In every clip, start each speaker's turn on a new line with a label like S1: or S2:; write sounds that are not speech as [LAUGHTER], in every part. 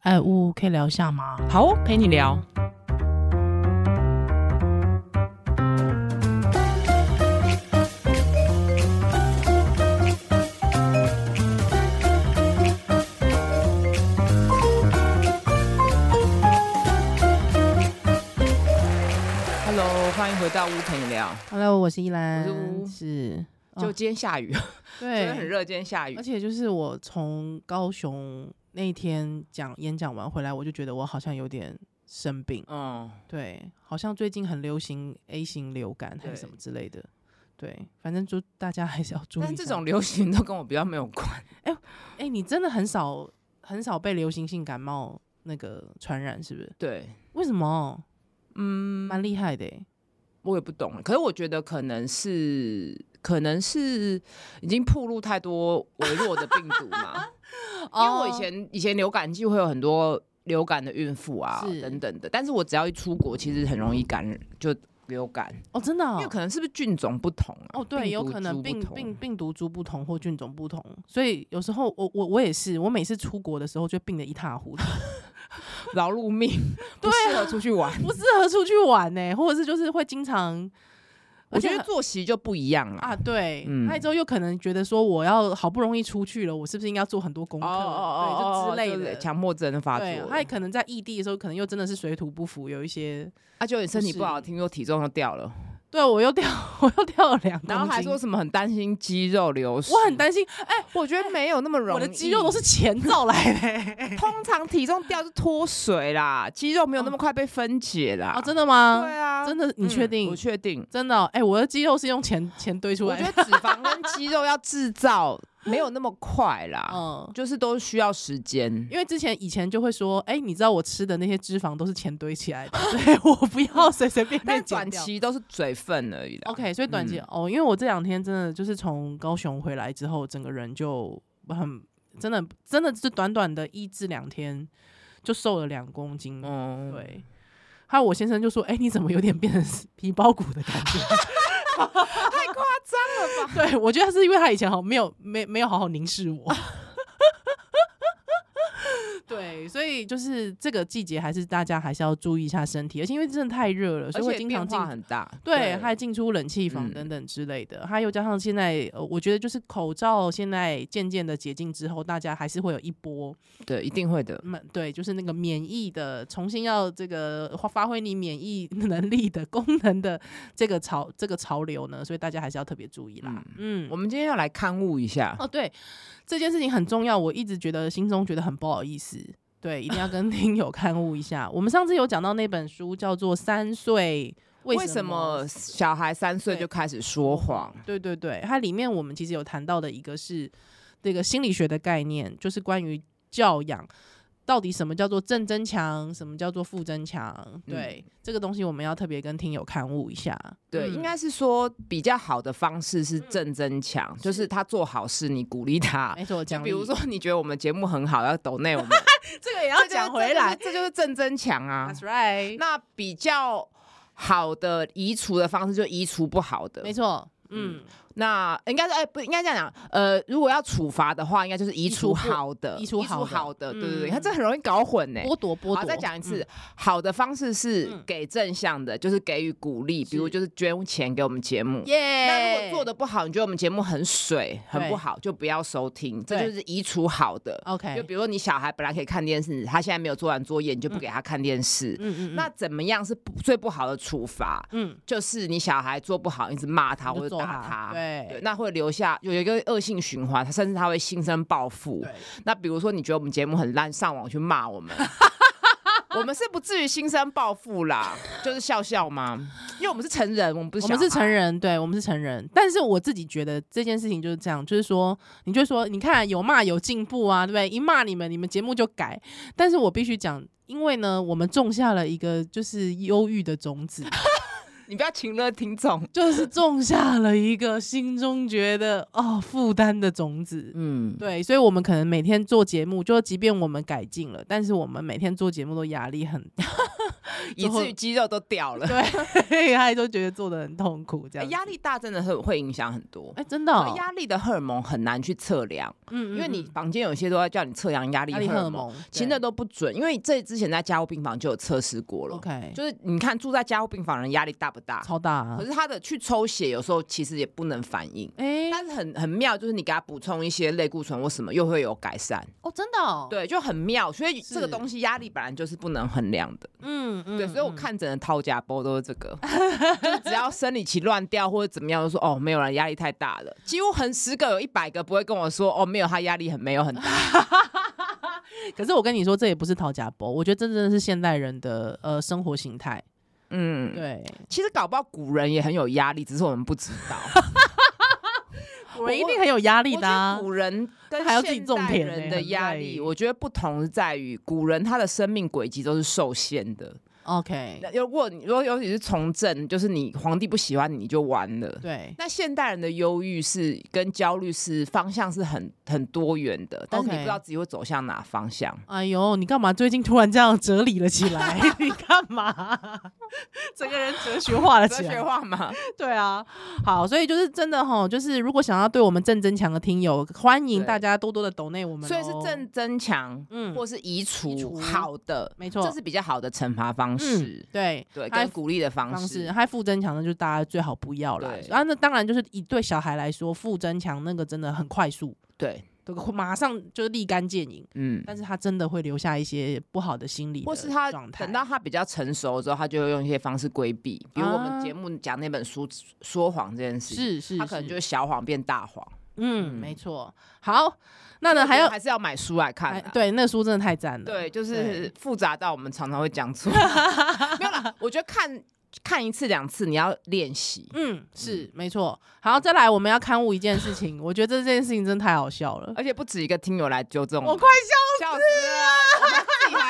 S1: 哎，呜，可以聊一下吗？
S2: 好哦，陪你聊。Hello，欢迎回到屋陪你聊。
S1: Hello，我是依兰，
S2: 我是呜
S1: 是
S2: 就今天
S1: [LAUGHS]
S2: 下雨，真的
S1: 嗯
S2: 很
S1: 对，
S2: 热。今天下雨
S1: 而，且就是我从高雄那一天讲演讲完回来，我就觉得我好像有点生病，
S2: 嗯，
S1: 对，好像最近很流行 A 型流感还是
S2: 对
S1: 什么之类的。对，反正就大家还是要注意一下。
S2: 但这种流行都跟我比较没有关。
S1: 哎、你真的很少很少被流行性感冒那个传染，是不是？
S2: 对，
S1: 为什么？
S2: 嗯，
S1: 蛮厉害的、欸，
S2: 我也不懂，可是我觉得可能是可能是已经暴露太多微弱的病毒 [LAUGHS] 嘛，因为我以前以前流感季会有很多流感的孕妇啊
S1: 是
S2: 等等的，但是我只要一出国，其实很容易感染就流感，
S1: 哦，真的、哦，
S2: 因为可能是不是菌种不同啊？
S1: 哦，对，
S2: 病
S1: 有
S2: 毒
S1: 可能
S2: 株不
S1: 病
S2: 同啊
S1: 病病毒株不同或菌种不同，所以有时候我我我也是，我每次出国的时候就病得一塌糊涂， [LAUGHS]
S2: 劳碌 [LAUGHS] 命，不适合出去玩。
S1: 不适合出去玩呢、或者是就是会经常，
S2: [LAUGHS] 我觉
S1: 而且
S2: 得
S1: 很
S2: 作息就不一样了。
S1: 啊，对，
S2: 嗯
S1: 那、之后又可能觉得说我要好不容易出去了，我是不是应该要做很多功
S2: 啊哦
S1: 课，对，就之类的。
S2: 强迫症发作
S1: 对，他也
S2: 了，
S1: 可能在异地的时候，可能又真的是水土不服，有一些
S2: 啊，就你身体
S1: 不
S2: 不好，
S1: 适
S2: 听说体重又掉了。
S1: 对啊我又掉，我又掉了两公斤，
S2: 然后还说什么很担心肌肉流失，
S1: 我很担心，哎、 [LAUGHS]
S2: 我觉得没有那么容
S1: 我
S2: 易，
S1: 的肌肉都是钱造来的、欸
S2: 通常体重掉是脱水啦，肌肉没有那么快被分解啦。
S1: 哦，真的吗？
S2: 对啊，
S1: 真的，你
S2: 嗯
S1: 确定？
S2: 我确定。
S1: 真的哦、哎、我的肌肉是用钱钱堆出
S2: 我
S1: 来
S2: 觉
S1: 的。
S2: 得脂肪跟肌肉要制造没有那么快
S1: [LAUGHS]
S2: 啦，
S1: 嗯，
S2: 就是都需要时间。
S1: 因为之前以前就会说，哎、你知道我吃的那些脂肪都是钱堆起 [LAUGHS] 来的，所以我不要随随便
S2: 但
S1: 便减
S2: 短
S1: 掉。
S2: 期都是嘴分而已啦。
S1: [LAUGHS] OK，所以短期、哦，因为我这两天真的就是从高雄回来之后，整个人就很真的真的是短短的一至两天就瘦了两公斤。
S2: 嗯，
S1: 对，还有我先生就说，哎、你怎么有点变成皮包骨的感觉？
S2: 真的吧？
S1: [LAUGHS] 对，我觉得是因为他以前好像没有没没有好好凝视我。 [LAUGHS] 对，所以就是这个季节，还是大家还是要注意一下身体，而且因为真的太热了，所以
S2: 而
S1: 会
S2: 且
S1: 经常
S2: 变
S1: 进
S2: 化很大。
S1: 对，还进出冷气房
S2: 嗯
S1: 等等之类的。还有加上现在，呃，我觉得就是口罩现在渐渐的解禁之后，大家还是会有一波，
S2: 对，一定会的。
S1: 嗯，对，就是那个免疫的重新要这个发发挥你免疫能力的功能的这个潮这个潮流呢，所以大家还是要特别注意啦。嗯
S2: 我们今天要来刊物一下，
S1: 哦，对，这件事情很重要，我一直觉得心中觉得很不好意思。对，一定要跟 [LAUGHS] 听友看悟一下。我们上次有讲到那本书叫做《三岁
S2: 为什么小孩三岁
S1: 对
S2: 就开始说谎？
S1: 对对对，它里面我们其实有谈到的一个是这个心理学的概念，就是关于教养。到底什么叫做正增强，什么叫做负增强？对、这个东西，我们要特别跟听友看悟一下。
S2: 嗯对，
S1: 嗯
S2: 应该是说比较好的方式是正增强，就是他做好事，你鼓励他。
S1: 没错，
S2: 就
S1: 讲
S2: 嗯比如说，你觉得我们节目很好，要抖内 [LAUGHS] 我们，
S1: 这个也
S2: 这就是，这就是这就是正增强啊
S1: ，That's。right，
S2: 那比较好的移除的方式，就移除不好的
S1: 没。错，嗯，
S2: 那应该是哎，不应该这样讲。呃，如果要处罚的话，应该就是移
S1: 移除
S2: 除
S1: 不
S2: 好的，
S1: 移除好的
S2: 的，对对对。
S1: 嗯
S2: 他这很容易搞混呢。
S1: 剥夺剥
S2: 好，
S1: 夺，
S2: 再讲一次，
S1: 嗯
S2: 好的方式是
S1: 嗯
S2: 给正向的，就是给予鼓励，比如
S1: 是
S2: 就是捐钱给我们节目。
S1: 耶、
S2: 那如果做的不好，你觉得我们节目很水、很
S1: 哎对
S2: 不好，就不要收听，
S1: 对哦哎
S2: 这就是移除好的。
S1: OK，
S2: 就比如说你小孩本来可以看电视，他现在没有做完作业，你就不给他看电视。
S1: 嗯嗯，嗯
S2: 那怎么样是不最不好的处罚？
S1: 嗯，
S2: 就是你小孩做不好，一直骂他
S1: 你
S2: 或
S1: 就
S2: 者
S1: 揍
S2: 打
S1: 他，
S2: 他，
S1: 对
S2: 那会留下有一个恶性循环，他甚至他会心生报复。
S1: 对，
S2: 那比如说，你觉得我们节目很烂，上网去骂
S1: [LAUGHS]
S2: 我们，我们是不至于心生报复啦，就是笑笑吗？因为我们是成人，我们不是
S1: 我们
S2: 小
S1: 是
S2: 孩
S1: 成，人，对我们是成人。但是我自己觉得这件事情就是这样，就是说，你就说，你看有骂有进步啊，对不对？一骂你们，你们节目就改。但是我必须讲，因为呢，我们种下了一个就是忧郁的种子。
S2: 你不要请了听众。
S1: 就是种下了一个心中觉得哦负担的种子。
S2: 嗯，
S1: 对，所以我们可能每天做节目，就即便我们改进了，但是我们每天做节目都压力很大，
S2: 以至于肌肉都掉 [LAUGHS] 了。
S1: [LAUGHS] 对，他都觉得做的很痛苦，这
S2: 哎
S1: 样子。
S2: 压力大真的很会影响很多。
S1: 哎，真的
S2: 所
S1: 哦
S2: 以，压力的荷尔蒙很难去测量，
S1: 嗯
S2: 因为你房间有些都要叫你测量压力
S1: 压力
S2: 荷
S1: 荷
S2: 尔
S1: 尔
S2: 蒙，
S1: 蒙，
S2: 其实那都不准，因为这之前在加护病房就有测试过了。
S1: OK，
S2: 就是你看住在加护病房的人压力大不大？
S1: 超大啊
S2: 可。是他的去抽血有时候其实也不能反应，
S1: 哎，
S2: 但是很很妙，就是你给他补充一些类固醇或什么，又会有改善。
S1: 哦，真的哦，，
S2: 对，就很妙。所以这个
S1: 是
S2: 东西压力本来就是不能衡量的。
S1: 嗯嗯
S2: 对，所以我
S1: 嗯
S2: 看诊的掏假包都是这个， [LAUGHS] 就是只要生理期乱掉或者怎么样，就说哦没有了，压力太大了。几乎很十个有一百个不会跟我说哦没有，他压力很没有很大。
S1: 可是我跟你说，这也不是讨价包，我觉得这真的是现代人的呃生活形态。
S2: 嗯，
S1: 对，
S2: 其实搞不好古人也很有压力，只是我们不知
S1: [LAUGHS]
S2: 道。
S1: 我一定很有压力
S2: 我觉
S1: 的、
S2: 得
S1: 啊。
S2: 古人跟
S1: 还要
S2: 现
S1: 自己种
S2: 代
S1: 田
S2: 人
S1: 呢
S2: 的
S1: 很
S2: 压
S1: 累
S2: 力，我觉得不同在于古人他的生命轨迹都是受限的。
S1: OK，
S2: 那如果你如果尤其是从政，就是你皇帝不喜欢你，你就完了。
S1: 对， [LAUGHS]
S2: 那现代人的忧郁是跟焦虑是方向是很很多元的，但是你
S1: OK
S2: 不知道自己会走向哪方向。
S1: 哎呦，你干嘛最近突然这样哲理了起来？ [LAUGHS] 你干嘛？ [LAUGHS] 整个人哲学化了
S2: 哲
S1: 起
S2: 学
S1: 来。
S2: 化吗？
S1: 对啊，好，所以就是真的哈，就是如果想要对我们郑增强的听友，欢迎
S2: 对
S1: 大家多多的抖内我们
S2: 所
S1: 咯。
S2: 以是正增强，
S1: 嗯，
S2: 或是移除
S1: 除
S2: 好的，
S1: 没错，
S2: 这是比较好的惩罚方式
S1: 嗯，，对
S2: 对，
S1: 还
S2: 跟鼓励的方
S1: 方式，
S2: 式。
S1: 还负增强的，就是大家最好不要啦
S2: 对。
S1: 啊，那当然就是以对小孩来说，负增强那个真的很快速，
S2: 对，
S1: 这个马上就是立竿见影，
S2: 嗯，
S1: 但是他真的会留下一些不好的心理的
S2: 或是他
S1: 状态
S2: 等到他比较成熟之后，他就会用一些方式规避，比如我们节目讲那本书《说谎》这件事，
S1: 啊是是，
S2: 他可能
S1: 是
S2: 就是小谎变大谎。
S1: 嗯，
S2: 嗯
S1: 没错。好，那呢还
S2: 还要
S1: 要
S2: 还是要买书来看
S1: 哎
S2: 啊。
S1: 对那书真的太赞了，
S2: 对，就
S1: 对
S2: 是复杂到我们常常会
S1: [LAUGHS]
S2: 讲错。没有啦，我觉得看看一次两次你要练习。
S1: 嗯，是没错。好，再来我们要刊物一件事情，我觉得这件事情真的太好笑 [LAUGHS] 了，
S2: 而且不止一个听友来纠正
S1: 我
S2: 我，
S1: 快笑，
S2: 笑死了，我们自己还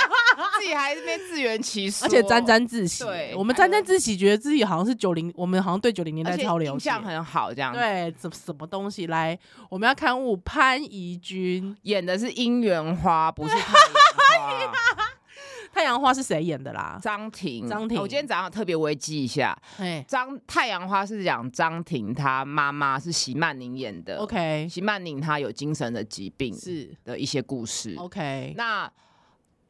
S2: 自己还在那边自圆其说，
S1: 而且沾沾自喜。
S2: 对
S1: 我们
S2: 哎
S1: 沾
S2: 呦
S1: 沾自喜，觉得自己好像是九零，我们好像对九零年代
S2: 而且
S1: 超了
S2: 印
S1: 解。
S2: 象很好，这样
S1: 对，什什么东西？来，我们要刊物潘怡君，
S2: 演的是姻缘花，
S1: [LAUGHS]
S2: 不是太
S1: 哎
S2: 阳花。
S1: 太阳花是谁演的啦？
S2: 张庭，
S1: 张庭
S2: 我今天早上有特别维基一下，
S1: 哎
S2: 张太阳花是讲张庭她妈妈是席曼宁演的。
S1: ，OK，
S2: 席曼宁她有精神的疾病
S1: 是
S2: 的一些故事。
S1: OK，
S2: 那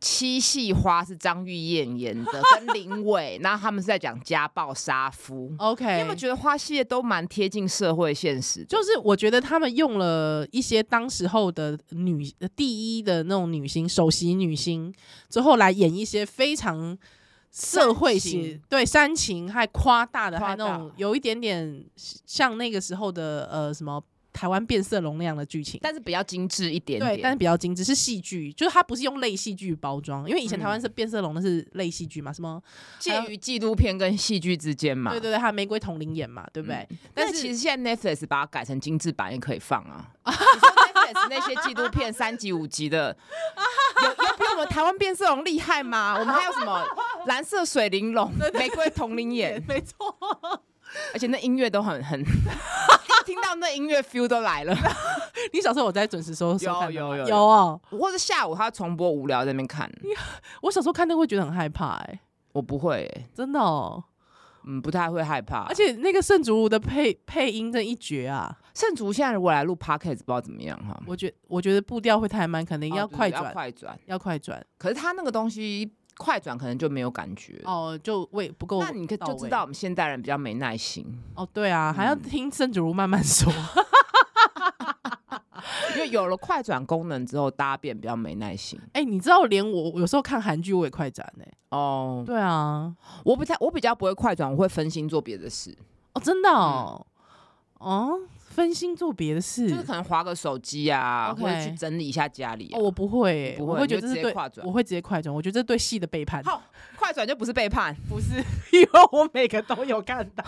S2: 七系花是张玉燕演的，跟林伟，那他们是在讲家暴杀 [LAUGHS] 夫。你有没有
S1: OK，
S2: 觉得花系列都蛮贴近社会现实的？
S1: 就是我觉得他们用了一些当时候的女呃第一的那种女星，首席女星之后来演一些非常社会
S2: 煽
S1: 型
S2: 情，
S1: 对煽情还夸大的，还
S2: 夸大
S1: 那种有一点点像那个时候的呃什么台湾变色龙那样的剧情。
S2: 但是比较精致一点点。
S1: 对，但是比较精致，是戏剧，就是它不是用类戏剧包装，因为以前台湾
S2: 嗯
S1: 是变色龙，那是类戏剧嘛，什么还有
S2: 介于纪录片跟戏剧之间嘛。
S1: 对对对，还有玫瑰同龄演嘛，对不对？但
S2: 但
S1: 是
S2: 啊嗯是其实现在 Netflix 把它改成精致版也可以放啊。 [LAUGHS] 你说 Netflix 那些纪录片三集五集的，有有比我们台湾变色龙厉害吗？我们还有什么蓝色水玲 [LAUGHS] 珑、玫瑰同龄眼，
S1: 没错，
S2: 而且那音乐都很很，
S1: [LAUGHS]
S2: 一听到那音乐 feel 都来了。
S1: [LAUGHS] 你小时候有在准时收收
S2: 有
S1: 看的
S2: 有
S1: 吗
S2: 有
S1: 有哦，
S2: 或者下午他重播无聊在那边看，
S1: 我小时候看那个会觉得很害怕，哎，
S2: 我不会、欸，
S1: 真的哦，
S2: 嗯，不太会害怕。
S1: 而且那个圣竹如的配配音真一绝啊，
S2: 圣竹现在如果来录 podcast，不知道怎么样哈。
S1: 我觉我觉得步调会太慢，可能要
S2: 哦对
S1: 快
S2: 要
S1: 转，
S2: 快转。
S1: 要快转
S2: 可是他那个东西快转可能就没有感觉。
S1: 哦，就为不欸够到
S2: 那
S1: 位，
S2: 你可就知道我们现代人比较没
S1: [LAUGHS]
S2: 耐心，
S1: 哦，对啊，还要
S2: 嗯
S1: 听圣竹如慢慢说， [LAUGHS]
S2: 因为有了快转功能之后，大家变比较没耐心。
S1: 哎，你知道连我我有时候看韩剧我也快转哎，
S2: 哦，
S1: 对啊，
S2: 我不太，我比较不会快转，我会分心做别的事，
S1: 哦，真的哦，哦，分心做别的事，
S2: 嗯就是可能划个手机啊，
S1: OK
S2: 或者去整理一下家里、啊。
S1: 哦，我不会、欸，
S2: 不
S1: 我
S2: 会
S1: 会
S2: 你
S1: 觉得这
S2: 就直
S1: 是
S2: 接
S1: 对
S2: 跨，转
S1: 我会直接快转，我觉得这对戏的背叛，
S2: 好，快转就不是背叛，
S1: [LAUGHS] 不是，因为我每个都有看到。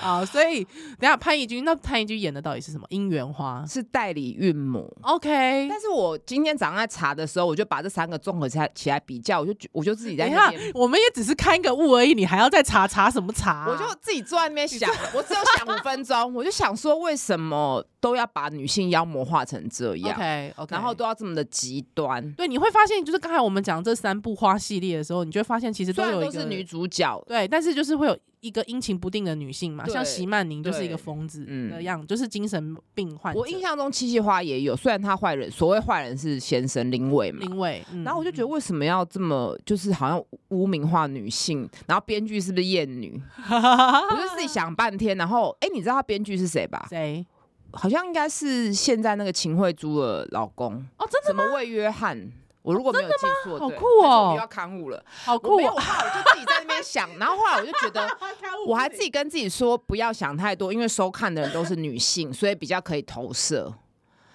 S1: 啊，所以等一下潘怡君，那潘怡君演的到底是什么？姻缘花
S2: 是代理孕母。
S1: ？OK，
S2: [LAUGHS] 但是我今天早上在查的时候，我就把这三个综合起来起来比较，我就觉我就自己在
S1: 等一下
S2: 那边，
S1: 我们也只是看一个物而已，你还要再查查什么查啊、
S2: 我就自己坐在那边想，我只有想五分钟， [LAUGHS] 我就想说为什么都要把女性妖魔化成这样
S1: OK OK，
S2: 然后都要这么的极端，
S1: 对，你会发现，就是刚才我们讲这三部花系列的时候，你就会发现其实
S2: 虽
S1: 都
S2: 然
S1: 有一
S2: 都
S1: 个
S2: 是女主角，
S1: 对，但是就是会有一个阴晴不定的女性嘛，像
S2: 对
S1: 席曼宁就是一
S2: 对
S1: 个疯子
S2: 嗯
S1: 的样子，就是精神病患者。
S2: 我印象中七夕花也有，虽然他坏人，所谓坏人是先生林伟嘛。
S1: 因为，嗯
S2: 然后我就觉得
S1: 嗯
S2: 为什么要这么就是好像污名化女性？然后编剧是不是厌女？我就自己想半天。然后哎、你知道他编剧是谁吧？
S1: [LAUGHS] 谁
S2: 好像应该是现在那个秦惠珠的老公，
S1: 哦，真的
S2: 什么魏约翰。我如果没有记错，
S1: 好
S2: 对
S1: 酷
S2: 还是
S1: 哦
S2: 我们要刊物了，
S1: 好
S2: 我
S1: 酷
S2: 没有
S1: 哦！。
S2: 怕，我就自己在那边想。然后后来我就觉得
S1: [LAUGHS]
S2: 我还自己跟自己说，不要想太多，因为收看的人都是女性，所以比较可以投射。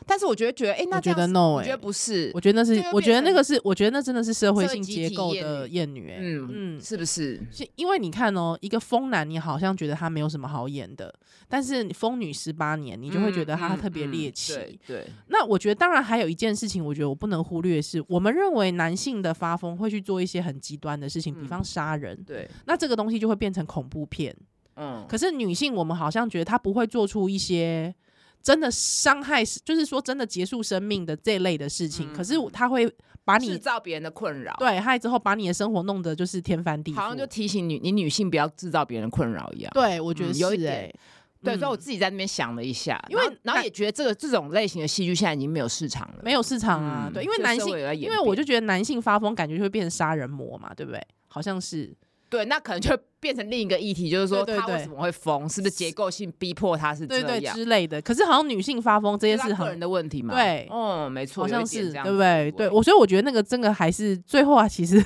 S2: 但是我觉得，觉得，哎、那
S1: 我
S2: 这
S1: 觉
S2: 样
S1: 得
S2: 是
S1: no
S2: 我
S1: 哎、
S2: 觉得不是
S1: 我，觉得那是
S2: 这，就
S1: 我觉得
S2: 变
S1: 那
S2: 成
S1: 个是，我觉得那真的是社会
S2: 社会
S1: 性
S2: 集
S1: 结
S2: 体
S1: 构
S2: 厌
S1: 的厌女、欸，
S2: 嗯，
S1: 嗯，
S2: 是不是？
S1: 是因为你看哦，一个疯男你好像觉得他没有什么好演的，但是疯女十八年，你就会觉得他
S2: 嗯
S1: 特别
S2: 嗯
S1: 猎奇。
S2: 对对，
S1: 那我觉得，当然还有一件事情，我觉得我不能忽略的是，我们认为男性的发疯会去做一些很极端的事情，比
S2: 嗯
S1: 方杀人，
S2: 对，
S1: 那这个东西就会变成恐怖片。
S2: 嗯，
S1: 可是女性，我们好像觉得她不会做出一些真的伤害，就是说真的结束生命的这类的事情。
S2: 嗯
S1: 可是她会把
S2: 制
S1: 你
S2: 造别人的困扰，，
S1: 对害之后，把你的生活弄得就是天翻地覆。
S2: 好像就提醒女你女性不要制造别人的困扰一样。
S1: 对，我觉得
S2: 嗯
S1: 是、
S2: 有一点
S1: 欸
S2: 对，所以我
S1: 嗯
S2: 自己在那边想了一下，
S1: 因为
S2: 然后然后
S1: 那
S2: 也觉得这个这种类型的戏剧现在已经没有市场了，
S1: 没有市场啊，
S2: 嗯
S1: 对，因为
S2: 这个
S1: 男
S2: 社
S1: 性
S2: 会，有在
S1: 因
S2: 演
S1: 为我
S2: 变
S1: 就觉得男性发疯，感觉就会变成杀人魔嘛，对不对？好像是。
S2: 对，那可能就变成另一个议题，就是说
S1: 对对
S2: 他为
S1: 对
S2: 什么会疯，是不是结构性逼迫他是这
S1: 对对
S2: 样？
S1: 之类的。可是好像女性发疯这
S2: 这
S1: 件
S2: 是
S1: 事
S2: 他个人
S1: 很。
S2: 的问题嘛？
S1: 对
S2: 嗯，没错，
S1: 好像
S2: 有一点
S1: 是
S2: 这样
S1: 对不
S2: 子
S1: 对？对，我所以我觉得那个真的还是最后啊，其实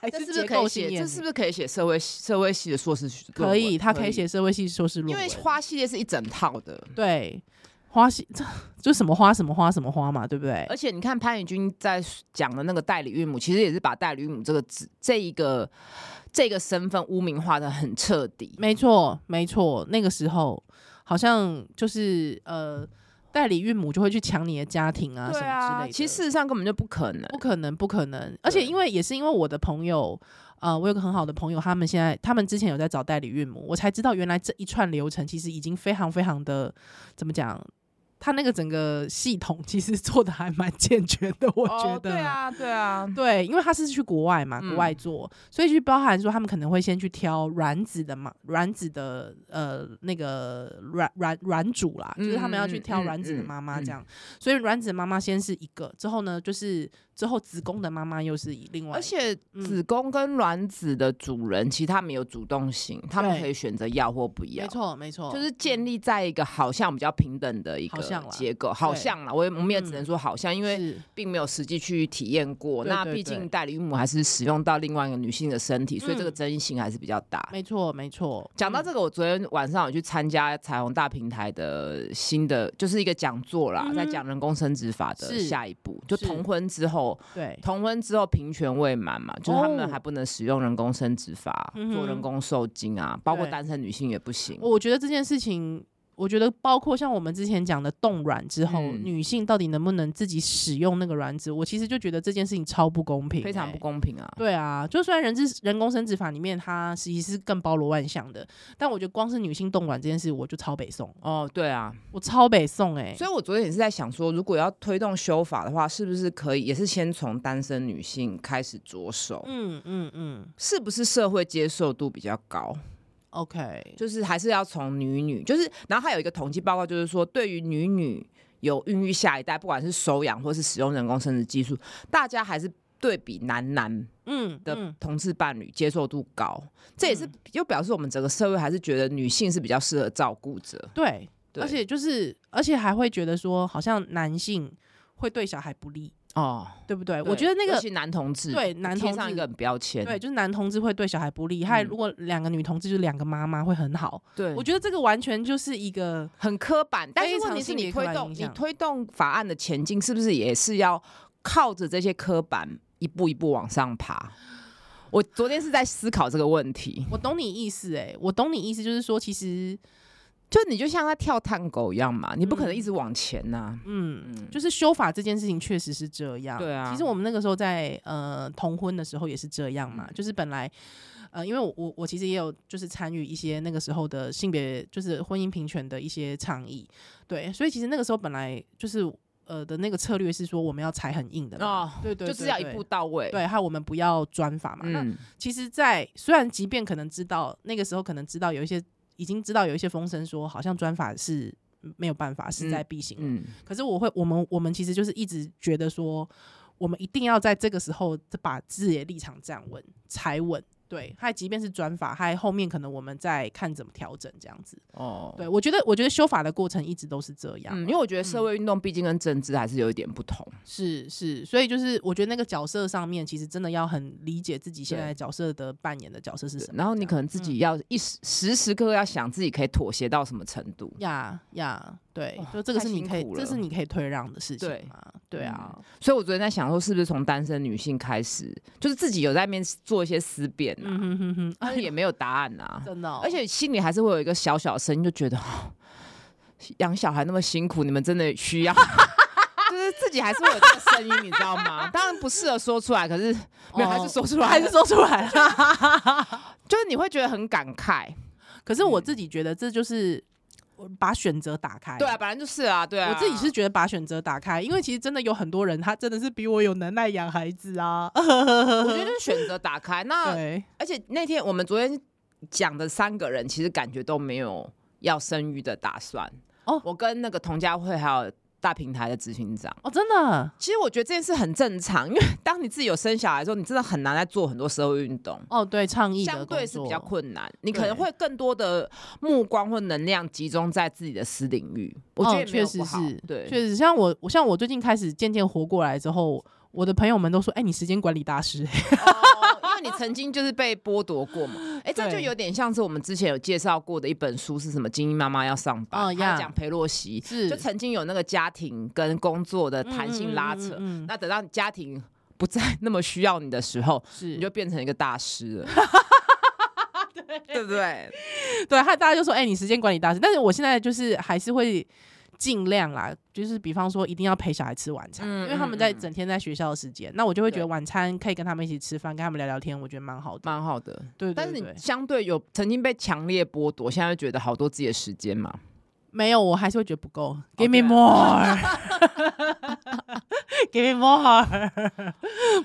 S1: 还
S2: 这是不
S1: 结
S2: 是可
S1: 构
S2: 以
S1: 性
S2: 写？这
S1: 演
S2: 是不是可以写社会系社会系的硕士论文？
S1: 可以，他可以，写社会系硕士论
S2: 因为
S1: 文，
S2: 花系列是一整套的。
S1: 对花系这 [LAUGHS] 就什么花什么花什么花嘛，对不对？
S2: 而且你看潘宇君在讲的那个代理孕母，其实也是把代理孕母这个职这一个这个身份污名化的很彻底。
S1: 没错，没错，那个时候好像就是呃，代理孕母就会去抢你的家庭啊，什
S2: 对
S1: 么之
S2: 啊
S1: 类，的。
S2: 其实事实上根本就不可能。
S1: 不可能，不可能。而且
S2: 对
S1: 因为也是因为我的朋友，呃，我有个很好的朋友，他们现在他们之前有在找代理孕母，我才知道原来这一串流程其实已经非常非常的怎么讲，他那个整个系统其实做的还蛮健全的，我觉得。
S2: 哦，对。啊，对啊，
S1: 对，因为他是去国外嘛，国
S2: 嗯
S1: 外做，所以就包含说他们可能会先去挑卵子的嘛，卵子的呃那个卵卵卵主啦，就是他们要去
S2: 嗯嗯
S1: 挑
S2: 嗯
S1: 卵子的
S2: 嗯
S1: 妈妈
S2: 嗯
S1: 这样。所以卵子的妈妈先是一个，之后呢就是之后子宫的妈妈又是以另外一个，
S2: 而且
S1: 嗯
S2: 子宫跟卵子的主人，其实他们有主动性，他们
S1: 对
S2: 可以选择要或不要
S1: 没。错没错，
S2: 就是建立在一个好像比较平等的一
S1: 好像
S2: 个
S1: 啦
S2: 结构，好
S1: 对
S2: 像啦，我也我们也
S1: 嗯
S2: 只能说好像，因为
S1: 是
S2: 并没有实际去体验过。
S1: 对
S2: 那
S1: 对
S2: 毕
S1: 对
S2: 竟代理孕母还是使用到另外一个女性的身体，所以这个
S1: 嗯
S2: 争议性还是比较大。
S1: 没错没错。
S2: 讲到
S1: 嗯
S2: 这个，我昨天晚上有去参加彩虹大平台的新的，就是一个讲座啦
S1: 嗯，哼
S2: 在讲人工生殖法的
S1: 是
S2: 下一步，就是同婚之后，
S1: 对，
S2: 同婚之后平权未满嘛，就是他
S1: 哦
S2: 们还不能使用人工生殖法
S1: 嗯哼
S2: 做人工受精啊，包括
S1: 对哦
S2: 单身女性也不行。
S1: 我觉得这件事情。我觉得，包括像我们之前讲的冻卵之后，
S2: 嗯
S1: 女性到底能不能自己使用那个卵子，我其实就觉得这件事情超不公平、
S2: 非常不
S1: 欸
S2: 公平啊！
S1: 对啊，就虽然人之人工生殖法里面它其实是更包罗万象的，但我觉得光是女性冻卵这件事，我就超北宋，
S2: 哦，对啊，
S1: 我超北宋哎、
S2: 所以我昨天也是在想说，如果要推动修法的话，是不是可以也是先从单身女性开始着手？
S1: 嗯嗯嗯
S2: 是不是社会接受度比较高？
S1: ，OK，
S2: 就是还是要从女女，就是然后还有一个统计报告，就是说对于女女有孕育下一代，不管是收养或是使用人工生殖技术，大家还是对比男男
S1: 嗯
S2: 的
S1: 嗯
S2: 同志伴侣接受度高，这也是
S1: 嗯
S2: 就表示我们整个社会还是觉得女性是比较适合照顾者。
S1: 对，
S2: 对
S1: 而且就是，而且还会觉得说，好像男性会对小孩不利，
S2: 哦，
S1: 对不对？
S2: 对
S1: 我觉得那
S2: 尤
S1: 个
S2: 其男同志
S1: 对男
S2: 贴
S1: 同
S2: 上
S1: 志
S2: 一个标签，
S1: 对，就是男同志会对小孩不利，还有
S2: 嗯
S1: 如果两个女同志就是两个妈妈会很好。
S2: 对
S1: 我觉得这个完全就是一个
S2: 很刻板，但是
S1: 非常
S2: 问题是
S1: 性别
S2: 你
S1: 刻
S2: 推
S1: 板
S2: 动
S1: 印
S2: 你
S1: 象
S2: 推动法案的前进，是不是也是要靠着这些刻板一步一步往上爬？我昨天是在思考这个问题，
S1: 我懂你意思、欸，哎，我懂你意思，就是说，其实，
S2: 就你就像他跳探狗一样嘛，你不可能一直往前呐、
S1: 嗯，
S2: 嗯，
S1: 就是修法这件事情确实是这样。
S2: 对啊
S1: 其实我们那个时候在呃同婚的时候也是这样嘛，
S2: 嗯
S1: 就是本来呃，因为我我我其实也有就是参与一些那个时候的性别就是婚姻平权的一些倡议，对，所以其实那个时候本来就是呃的那个策略是说我们要踩很硬的嘛，
S2: 哦
S1: 对对对，
S2: 就是要一
S1: 对
S2: 步。到位。
S1: 对，还有我们不要专法嘛。那
S2: 嗯，
S1: 其实在，虽然即便可能知道那个时候可能知道有一些已经知道有一些风声说，好像专法是没有办法势在必行了
S2: 嗯
S1: 可是我会，我们我们其实就是一直觉得说，我们一定要在这个时候把自己的立场站稳、踩稳。对，还即便是转法，还后面可能我们再看怎么调整这样子。
S2: 哦，
S1: 对我觉得，我觉得修法的过程一直都是这样啊、
S2: 嗯，因为我觉得社会运动毕竟跟政治还是有一点不同。
S1: 是是，所以就是我觉得那个角色上面，其实真的要很理解自己现
S2: 对
S1: 在角色的扮演的角色是什么。
S2: 然后你
S1: 这样
S2: 可能自己要一时时时刻刻要想自己可以妥协到什么程度。
S1: 呀呀，对
S2: 哦，
S1: 就这个
S2: 太
S1: 是你
S2: 辛
S1: 可以
S2: 苦，
S1: 这
S2: 了
S1: 是你可以退让的事情
S2: 对
S1: 嘛？对啊，
S2: 嗯所以我昨天在想说，是不是从单身女性开始，就是自己有在面做一些思辨啊，
S1: 嗯哼哼哼，
S2: 但
S1: 哎
S2: 是也没有答案啊，
S1: [LAUGHS] 真的哦，
S2: 而且心里还是会有一个小小的声音，就觉得哦养小孩那么辛苦，你们真的需要。 [LAUGHS] 就是自己还是会有这个声音，你知道吗？当然不适合说出来，可是没有，还是
S1: 哦
S2: 说出来了，
S1: 还是说出来了。
S2: 就是你会觉得很感
S1: [LAUGHS]
S2: 慨，
S1: 可是我
S2: 嗯
S1: 自己觉得这就是我把选择打开。
S2: 对啊，本来就是啊，对啊，
S1: 我自己是觉得把选择打开，因为其实真的有很多人，他真的是比我有能耐养孩子啊。[LAUGHS]
S2: 我觉得就是选择打开。那
S1: 对，
S2: 而且那天我们昨天讲的三个人，其实感觉都没有要生育的打算。
S1: 哦
S2: 我跟那个童家慧还有大平台的执行长，
S1: 哦，真的，
S2: 其实我觉得这件事很正常，因为
S1: 嗯
S2: 当你自己有生小孩之后，你真的很难再做很多社会运动。
S1: 哦，对，倡议的
S2: 相对
S1: 工
S2: 是
S1: 作
S2: 比较困难，你可
S1: 对
S2: 能会更多的目光或能量集中在自己的私领域，我觉得
S1: 哦
S2: 也没
S1: 确
S2: 有
S1: 实
S2: 不好
S1: 是，
S2: 对，
S1: 确实，像我，我像我最近开始渐渐活过来之后，我的朋友们都说：“哎、你时间管理大师。
S2: 哦因为你曾经就是被剥夺过嘛。 [LAUGHS] 哎、这就
S1: 对
S2: 有点像是我们之前有介绍过的一本书，是什么《精英妈妈要上班》，
S1: 哦呀
S2: 她讲佩洛西”，
S1: [LAUGHS] 是
S2: 就曾经有那个家庭跟工作的
S1: 嗯
S2: 弹性
S1: 嗯
S2: 拉
S1: 嗯
S2: 扯。
S1: 嗯嗯
S2: [LAUGHS] 那等到家庭不再 [LAUGHS] 那么需要你的时候，
S1: 是
S2: 你就变成一个大师
S1: [LAUGHS]
S2: 了。对不对？
S1: 对，他大家就说：“哎、你时间管理大师。”但是我现在就是还是会尽量啦，就是比方说一定要陪小孩吃晚餐，
S2: 嗯
S1: 因为他们在
S2: 嗯嗯
S1: 整天在学校的时间，那我就会觉得
S2: 对
S1: 晚餐可以跟他们一起吃饭，跟他们聊聊天，我觉得蛮好的。
S2: 蛮好的，
S1: 对对
S2: 但是
S1: 对
S2: 你
S1: 对
S2: 相对有曾经被强烈剥夺，现在就觉得好多自己的时间嘛。
S1: 没有，我还是会觉得不够。Give
S2: 对
S1: me
S2: 啊
S1: more，Give [LAUGHS] me more，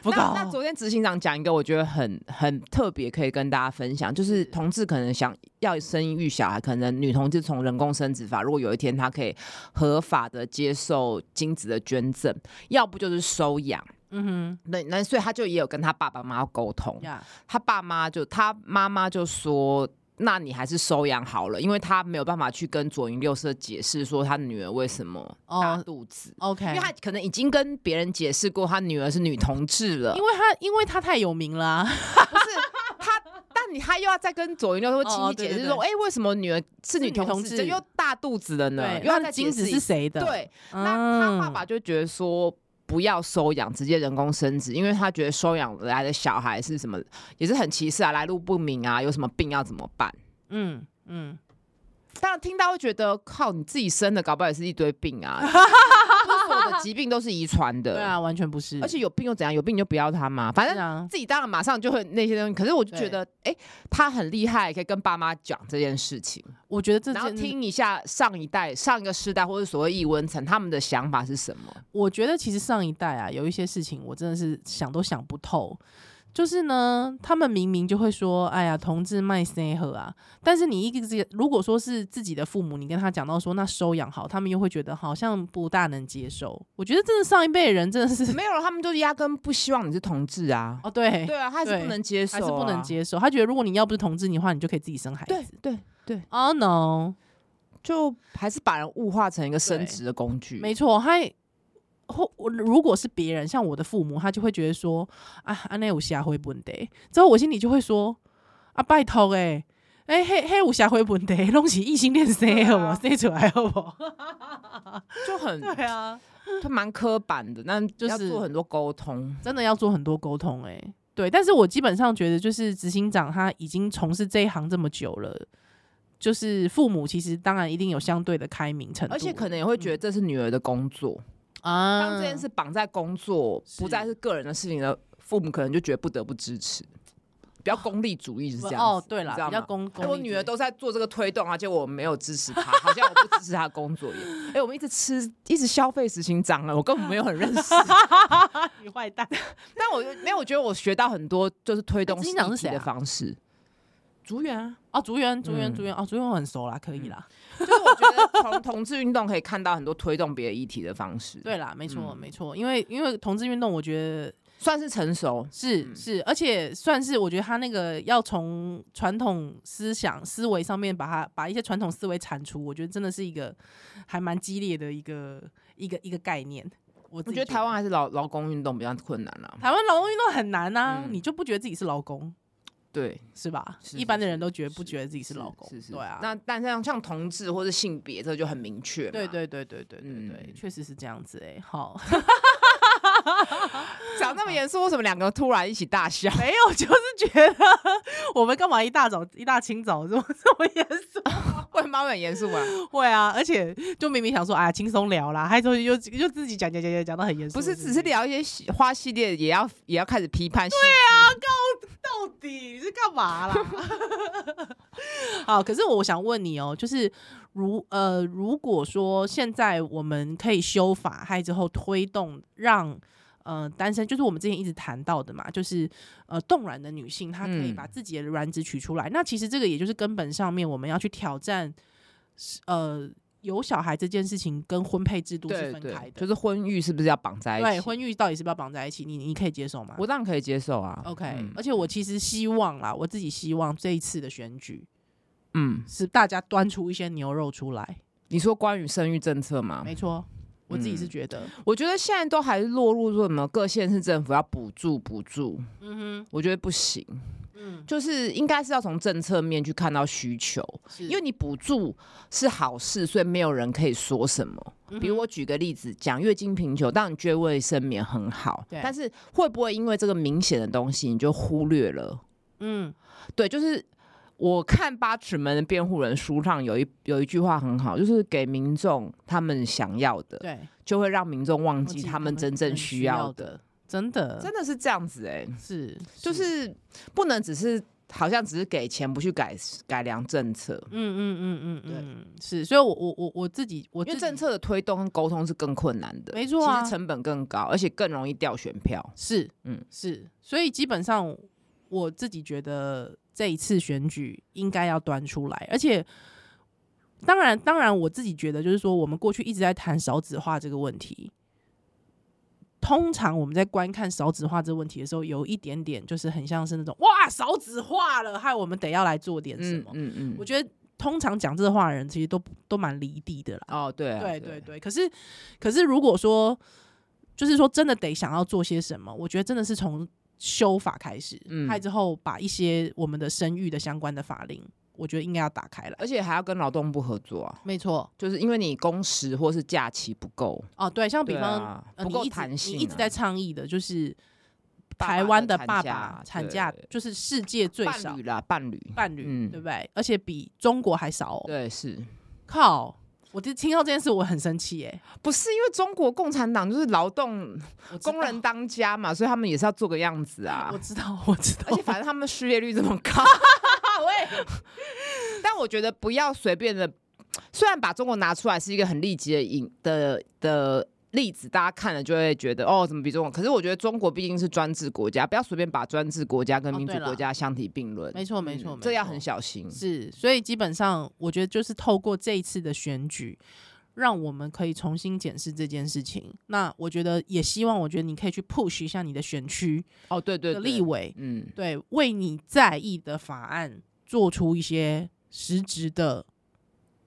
S1: 不
S2: 那那
S1: 够。
S2: 昨天执行长讲一个我觉得很很特别，可以跟大家分享，就是
S1: 嗯
S2: 同志可能想要生育小孩，可能女同志从人工生殖法，如果有一天她可以合法的接受精子的捐赠，要不就是收养。
S1: 嗯
S2: 那那所以她就也有跟她爸爸妈妈沟通
S1: 哼，，呀，
S2: 她爸妈就她妈妈就说。那你还是收养好了，因为她没有办法去跟左营六社解释说她女儿为什么大
S1: 哦
S2: 肚子，
S1: ，OK。
S2: 因为她可能已经跟别人解释过她女儿是女同志了
S1: 因。为他因为他太有名了啊、
S2: 不是他，但你他又要再跟左云六说亲
S1: 哦
S2: 戚
S1: 对
S2: 解
S1: 对
S2: 释说，哎、为什么女儿是女
S1: 女同
S2: 同
S1: 志
S2: 志，这又大肚子了呢？
S1: 对，
S2: 又要
S1: 那
S2: 再
S1: 金
S2: 解释
S1: 子
S2: 一
S1: 是谁的？
S2: 对，
S1: 嗯，
S2: 那他爸爸就觉得说。不要收养，直接人工生殖，因为他觉得收养来的小孩是什么，也是很歧视啊，来路不明啊，有什么病要怎么
S1: [LAUGHS]
S2: 办？
S1: 嗯嗯，
S2: 当然听到会觉得靠，你自己生的，搞不好也是一堆病啊，不是所有的疾病都是遗传
S1: [LAUGHS]
S2: 的，
S1: 对啊，完全不是，
S2: 而且有病又怎样？有病你就不要他嘛，反
S1: 是
S2: 正
S1: 啊，
S2: 自己当然马上就会那些东西，可是我就
S1: 对
S2: 觉得，哎、他很厉害，可以跟爸妈讲这件事情，
S1: 我觉得这
S2: 然后
S1: 件
S2: 听一下上一代、上一个世代或者所谓易温层他们的想法是什么。
S1: 我觉得其实上一代啊，有一些事情我真的是想都想不透。就是呢，他们明明就会说：“哎呀，同志卖 s 和啊！”但是你一个这个，如果说是自己的父母，你跟他讲到说那收养好，他们又会觉得好像不大能接受。我觉得真的上一辈人真的
S2: [LAUGHS]
S1: 是
S2: 没有，他们就是压根不希望你是同志啊。
S1: 哦，对，
S2: 对啊，他还是
S1: 对
S2: 不能接受、
S1: 还是不能。接受。他觉得如果你要不是同志你的话，你就可以自己生孩
S2: 对
S1: 子。
S2: 对，
S1: 哦 no，
S2: 就还是把人物化成一个升职的工具。
S1: 没错，他也或我如果是别人，像我的父母，他就会觉得说啊，安内有下回本的，之后我心里就会说啊，拜托哎、欸，哎、嘿嘿有下回本的，拢是异性恋生的好不好？生出来好不好？
S2: 就很
S1: 对 [LAUGHS] 啊，
S2: [LAUGHS] 他蛮刻板的，但
S1: 就是
S2: 要做很多沟通。
S1: 真的要做很多沟通哎、对，但是我基本上觉得，就是执行长他已经从事这一行这么久了，就是父母其实当然一定有相对的开明程度，
S2: 而且可能也会觉得这是女儿的工作，
S1: 啊，
S2: 当这件事绑在工作，不
S1: 是
S2: 再是个人的事情的，父母可能就觉得不得不支持，比较功利主义是这样
S1: 哦
S2: 子，
S1: 对
S2: 你
S1: 啦，
S2: 知道
S1: 比较
S2: 吗
S1: 公
S2: 哎
S1: 公，
S2: 我女儿都在做这个推动啊，结果我没有支持她，好像我不支持她的工作一 [LAUGHS] 样。哎、我们一直吃，一直消费执行长了，我根本没有很认
S1: [LAUGHS]
S2: 识。
S1: 你坏蛋，
S2: 但我就没有，我觉得我学到很多，就是推动
S1: 哎执行长是
S2: 议题
S1: 谁啊
S2: 的方式。 [LAUGHS] 竹园啊，
S1: 哦，竹园，竹园，
S2: 嗯
S1: 竹园，哦，竹园我很熟啦，可以啦，
S2: 就是我觉得从同志运动可以看到很多推动别的议题的方式，
S1: 对，啦，没错，
S2: 嗯
S1: 没错，因为因为同志运动，我觉得
S2: 算是成熟。
S1: 是
S2: 嗯
S1: 是，而且算是我觉得他那个要从传统思想思维上面把它把一些传统思维铲除，我觉得真的是一个还蛮激烈的一个一个一个概念。我自
S2: 我
S1: 己
S2: 觉得台湾还是劳劳工运动比较困难啊啦、
S1: 台湾劳动运动很难呐、
S2: 嗯
S1: 你就不觉得自己是劳工
S2: 对，
S1: 是吧？
S2: 是
S1: 一般的
S2: 是
S1: 人都觉得
S2: 是
S1: 不觉得自己是劳工，
S2: 是是，
S1: 对啊。
S2: 那但像像同志或是性别，这个就很明确嘛。
S1: 对对对对对对对，
S2: 嗯
S1: 确实是这样子哎、好，
S2: 讲那么严肃，为什么两个突然一起大笑？
S1: [LAUGHS] 没有，就是觉得我们干嘛一大早一大清早这么这么严
S2: [LAUGHS]
S1: 肃？
S2: [LAUGHS] 为什么要很严肃啊？
S1: 会啊，而且就明明想说哎呀轻松聊啦，还说又又自己讲讲讲讲讲到很严肃，
S2: [LAUGHS] 不
S1: 的
S2: 是，只
S1: 事
S2: 是
S1: 情
S2: 聊一些花系列，也要也要开始批判。对啊，
S1: 到底你是干嘛啦？ [LAUGHS] 好，可是我想问你哦，就是如呃，如果说现在我们可以修法，还之后推动让。呃，单身就是我们之前一直谈到的嘛，就是呃，冻卵的女性她可以
S2: 嗯
S1: 把自己的卵子取出来。那其实这个也就是根本上面我们要去挑战，呃，有小孩这件事情跟婚配制度是
S2: 对
S1: 分开
S2: 对
S1: 的，，
S2: 就是婚育是不是要绑在一起？
S1: 对婚育到底是不是要绑在一起？你你可以接受吗？
S2: 我当然可以接受啊。
S1: OK，、
S2: 嗯
S1: 而且我其实希望啦，我自己希望这一次的选举
S2: 嗯，
S1: 是大家端出一些牛肉出来。
S2: 你说关于生育政策吗？
S1: 没错，我自己是觉得，
S2: 我觉得现在都还是落入说什么各县市政府要补助补助，
S1: 嗯
S2: 我觉得不行，
S1: 哼，嗯，
S2: 就是应该是要从政策面去看到需求，因为你补助是好事，所以没有人可以说什么。
S1: 你
S2: 比如我举个例子讲，月经贫穷，当然觉得卫生棉很好，
S1: 对
S2: 但是会不会因为这个明显的东西你就忽略了？
S1: 嗯
S2: 对，就是我看《八尺门的辩护人》书上有一有一句话很好，就是给民众他们想要的，
S1: 对，
S2: 就会让民众呃忘
S1: 忘
S2: 记
S1: 记
S2: 他
S1: 他
S2: 们
S1: 们
S2: 真
S1: 真
S2: 正
S1: 正
S2: 需
S1: 需
S2: 要
S1: 要
S2: 的。
S1: 真的
S2: 真的是这样子哎、
S1: 是
S2: 就是不能只是好像只是给钱不去改改良政策。
S1: 嗯嗯嗯嗯嗯，是，所以我我我我自己我
S2: 因为
S1: 自
S2: 政
S1: 己
S2: 策的推动跟沟通是更困难的，
S1: 没错啊
S2: 其实成本更高，而且更容易掉选票。
S1: 是嗯
S2: 嗯
S1: 是，所以基本上我自己觉得这一次选举应该要端出来，而且。当然，当然，我自己觉得就是说，我们过去一直在谈少子化这个问题。通常我们在观看少子化这个问题的时候，有一点点就是很像是那种哇，少子化了，害我们得要来做点什
S2: 嗯
S1: 么。
S2: 嗯嗯
S1: 我，觉得通常讲这话的人，其实都都蛮离地的啦。
S2: 哦对啊
S1: 对对对，可是可是如果说就是说真的得想要做些什么，我觉得真的是从修法开始，
S2: 嗯
S1: 还之后把一些我们的生育的相关的法令，我觉得应该要打开来。
S2: 而且还要跟劳动部合作啊，
S1: 没错，
S2: 就是因为你工时或是假期不够，
S1: 哦对，像比
S2: 对
S1: 方、
S2: 啊
S1: 呃
S2: 不
S1: 你
S2: 够
S1: 一直
S2: 弹性啊
S1: 你一直在倡议的就是
S2: 爸爸
S1: 台湾的
S2: 的
S1: 爸爸
S2: 产假
S1: 产
S2: 对
S1: 假就是世界最少
S2: 伴侣啦，伴侣，
S1: 伴侣，
S2: 嗯
S1: 对不对？而且比中国还少、哦。
S2: 对是。
S1: 靠！我就听到这件事，我很生气耶、
S2: 不是因为中国共产党就是劳动
S1: 我知道
S2: 工人当家嘛，所以他们也是要做个样子啊
S1: 我。知道，我知
S2: 而 [LAUGHS]
S1: 道
S2: 且，反正他们失业率这么
S1: [LAUGHS]
S2: 高，喂， [LAUGHS] 但我觉得不要随便的，虽然把中国拿出来是一个很利己的引的的例子，大家看了就会觉得哦，怎么比中国？可是我觉得中国毕竟是专制国家，不要随便把专制国家跟
S1: 哦
S2: 民主
S1: 对啦
S2: 国家相提并论。
S1: 没错，没错，
S2: 嗯
S1: 没
S2: 这要
S1: 错
S2: 很小心。
S1: 是，所以基本上我觉得就是透过这一次的选举，让我们可以重新检视这件事情。那我觉得也希望，我觉得你可以去 push 一下你的选区
S2: 哦，对对
S1: 的
S2: 对，
S1: 立委，
S2: 嗯，
S1: 对，为你在意的法案做出一些实质的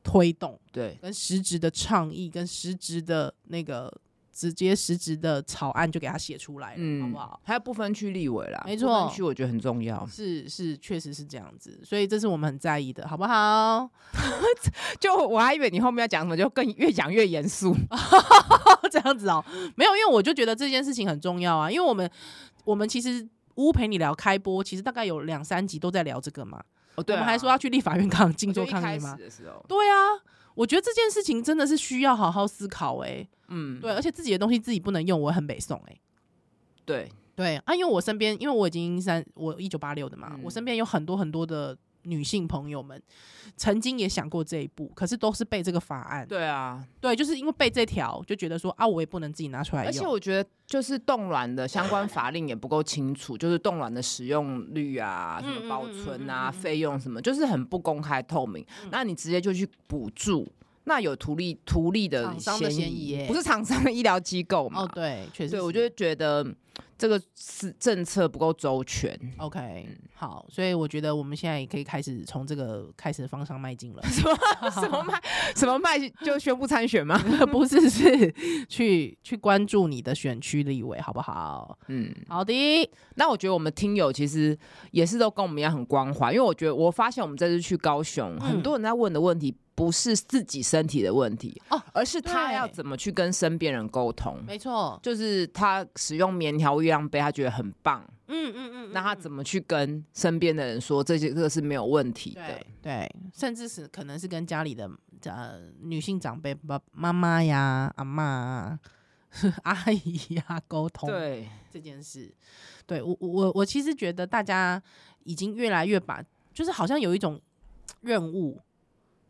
S1: 推动、
S2: 对，
S1: 跟实质的倡议、跟实质的那个直接实质的草案，就给它写出来了，好不好？？
S2: 嗯还有不分区立委啦，
S1: 没
S2: 不分
S1: 错
S2: 区我觉得很重
S1: [LAUGHS]
S2: 要。
S1: 是是，确实是这样子，所以这是我们很在意的，好不好？
S2: 就我还以为你后面要讲什么，就更越讲越严肃。
S1: [LAUGHS] 这样子哦、没有，因为我就觉得这件事情很重要啊，因为我们我们其实屋陪你聊开播，其实大概有两三集都在聊这个嘛。
S2: 哦，对、啊，
S1: 我们还说要去立法院抗静
S2: 我就
S1: 坐
S2: 一
S1: 抗
S2: 开
S1: 议
S2: 始
S1: 吗？
S2: 的时候，
S1: 对啊，我觉得这件事情真的是需要好好思考哎、
S2: 嗯，
S1: 对，而且自己的东西自己不能用，我很北宋哎、
S2: 对，
S1: 对啊，因为我身边，因为我已经三，我一九八六的嘛，
S2: 嗯
S1: 我身边有很多很多的女性朋友们，曾经也想过这一步，可是都是被这个法案，
S2: 对啊，
S1: 对，就是因为被这条就觉得说啊，我也不能自己拿出来用，
S2: 而且我觉得就是冻卵的相关法令也不够清楚，就是冻卵的使用率啊、什
S1: 嗯嗯
S2: 么保存
S1: 嗯
S2: 啊、
S1: 嗯嗯嗯
S2: 费用什么，就是很不公开透明。那你直接就去补助，那有图利图利的
S1: 厂商的嫌疑
S2: 疑
S1: 耶，
S2: 不是厂商的医疗机构嘛？
S1: 哦，对，确实是，
S2: 嗯啊对，我就会觉得这个是政策不够周全。
S1: [LAUGHS] OK，、好，
S2: 嗯
S1: 所以我觉得我们现在也可以开始从这个开始的方向迈进
S2: [LAUGHS]
S1: 了。
S2: 什么什么卖什么卖就宣布参选吗？
S1: [LAUGHS]
S2: [LAUGHS]
S1: 不是，是去去关注你的选区立委，好不好？
S2: 嗯，
S1: 好的，
S2: 那我觉得我们听友其实也是都跟我们一样很光环，因为我觉得我发现我们这次去高雄，很多人在问的问题不是自己身体的问题
S1: 哦，
S2: 而是他
S1: 对
S2: 要怎么去跟身边人沟通。
S1: 没错，
S2: 就是他使用棉条月亮杯，他觉得很棒，
S1: 嗯嗯嗯，
S2: 那他
S1: 么
S2: 怎么去跟身边的人说这些这个是没有问题的
S1: 对？对，甚至是可能是跟家里的呃女性长辈、爸妈妈呀、阿妈、啊、 [LAUGHS] 阿姨呀沟通，啊
S2: 对，
S1: 这件事，对我我我我其实觉得大家已经越来越把，就是好像有一种任务，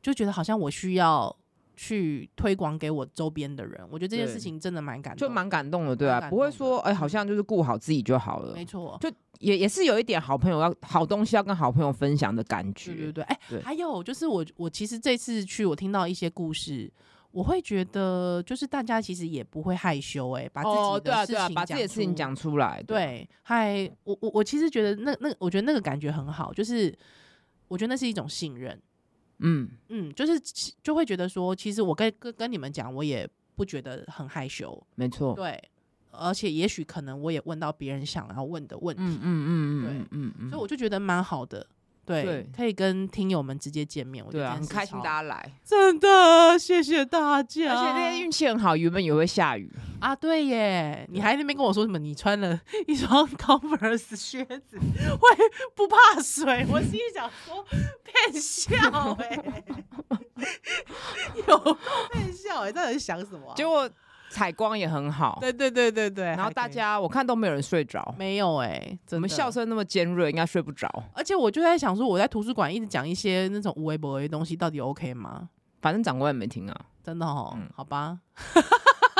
S1: 就觉得好像我需要去推广给我周边的人。我觉得这件
S2: 对
S1: 事情真的蛮感动
S2: 就
S1: 的，
S2: 蛮感动的，对啊
S1: 蛮，感
S2: 不
S1: 动的嗯
S2: 会说哎、好像就是顾好自己就好了
S1: 没，错，
S2: 也也是有一点好朋友要好东西要跟好朋友分享的感
S1: 对对
S2: 觉。
S1: 对。哎、
S2: 对
S1: 还有就是我我其实这次去，我听到一些故事。我会觉得，就是大家其实也不会害羞、哎，把自己
S2: 对啊，
S1: 的事
S2: 对啊，
S1: 情
S2: 把自己的事情
S1: 出
S2: 讲出来，
S1: 对，嗨，我我我其实觉得那那我觉得那个感觉很好，就是我觉得那是一种信任。
S2: 嗯，
S1: 嗯，就是其就会觉得说，其实我跟跟跟你们讲，我也不觉得很害羞，
S2: 没错，
S1: 对，而且也许可能我也问到别人想要问的问题，
S2: 嗯嗯嗯嗯嗯嗯
S1: 所以
S2: 嗯，
S1: 我就觉得蛮好的，对，
S2: 对
S1: 可以跟听友们直接见面，我觉
S2: 对
S1: 得
S2: 啊，
S1: 这
S2: 很
S1: 件事
S2: 开心
S1: 超
S2: 大家来，
S1: 真的谢谢大
S2: 而
S1: 家，
S2: 且那天运气很好，原本以为会下雨，
S1: 啊，对耶，你
S2: 对
S1: 还在那边跟我说什么？你穿了一双 [LAUGHS] Converse 靴子会不怕水？我心里想说，骗
S2: [LAUGHS]
S1: 笑哎、有够骗笑哎、到底在想什么啊、
S2: 结果采光也很好，
S1: 对对对对对，
S2: 然
S1: 还
S2: 后
S1: 可
S2: 大
S1: 以
S2: 家我看都没有人睡着，
S1: 没有哎、
S2: 我
S1: 怎么
S2: 们笑声那么尖锐，应该睡不着。
S1: 而且我就在想说，我在图书馆一直讲一些那种无微不微的东西，到底 OK 吗？
S2: 反正长官也没听啊， [LAUGHS]
S1: 真的哦，
S2: 嗯
S1: 好吧，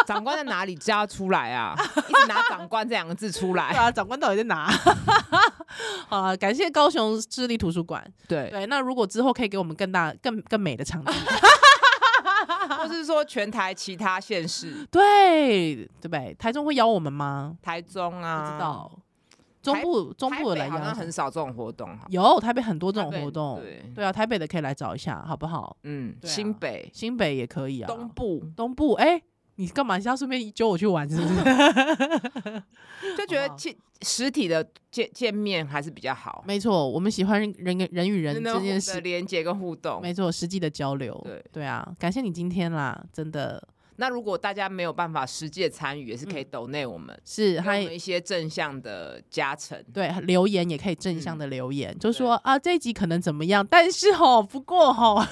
S2: 长官在哪里加出来
S1: [LAUGHS]
S2: 啊？一直拿长官这两个字出
S1: 对
S2: 来。
S1: 啊，长官到底在哪？ [LAUGHS] 好了，感谢高雄市立图书馆。
S2: 对，
S1: 对，那啊如果之后可以给我们更大、更更美的场地， [LAUGHS]
S2: 或是说全台其他县市，
S1: 对对不对？台中会邀我们吗？
S2: 台中
S1: 不
S2: 啊，
S1: 知，道，中
S2: 台
S1: 部中部有来
S2: 好
S1: 邀
S2: 像很少这种活动哈。
S1: 有台北很多这种
S2: 台北
S1: 活动，
S2: 对，
S1: 对啊，台北的可以来找一下，好不好？
S2: 嗯，
S1: 对啊
S2: 新北、
S1: 新北也可以啊，
S2: 东部，
S1: 东部，哎，你干嘛？你是要顺便揪我去玩是不
S2: [LAUGHS]
S1: 是？
S2: 就觉
S1: 好
S2: 得见实体的见见面还是比较好，
S1: 没错，我们喜欢人人跟人与人
S2: 那
S1: 之间
S2: 种
S1: 的
S2: 的
S1: 实，
S2: 连接跟互动。
S1: 没错，实际的交流，
S2: 对
S1: 对啊，感谢你今天啦，真的
S2: 那如果大家没有办法实际的参与，也是可以
S1: 嗯
S2: 抖内我们，
S1: 是
S2: 给我
S1: 还
S2: 们一些正向的加成。
S1: 对，留言也可以正向的留言，就
S2: 嗯对
S1: 说啊这一集可能怎么样，但是吼，不过哦吼，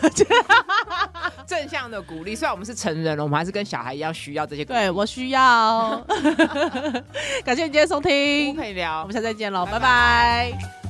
S2: 正向的鼓励。虽然我们是成人了，我们还是跟小孩一样需要这些鼓励。
S1: [LAUGHS] 对我需 [LAUGHS] 要。感谢你今天收
S2: 不
S1: 听，
S2: 配聊
S1: 我们。下次再见喽，
S2: 拜
S1: 拜拜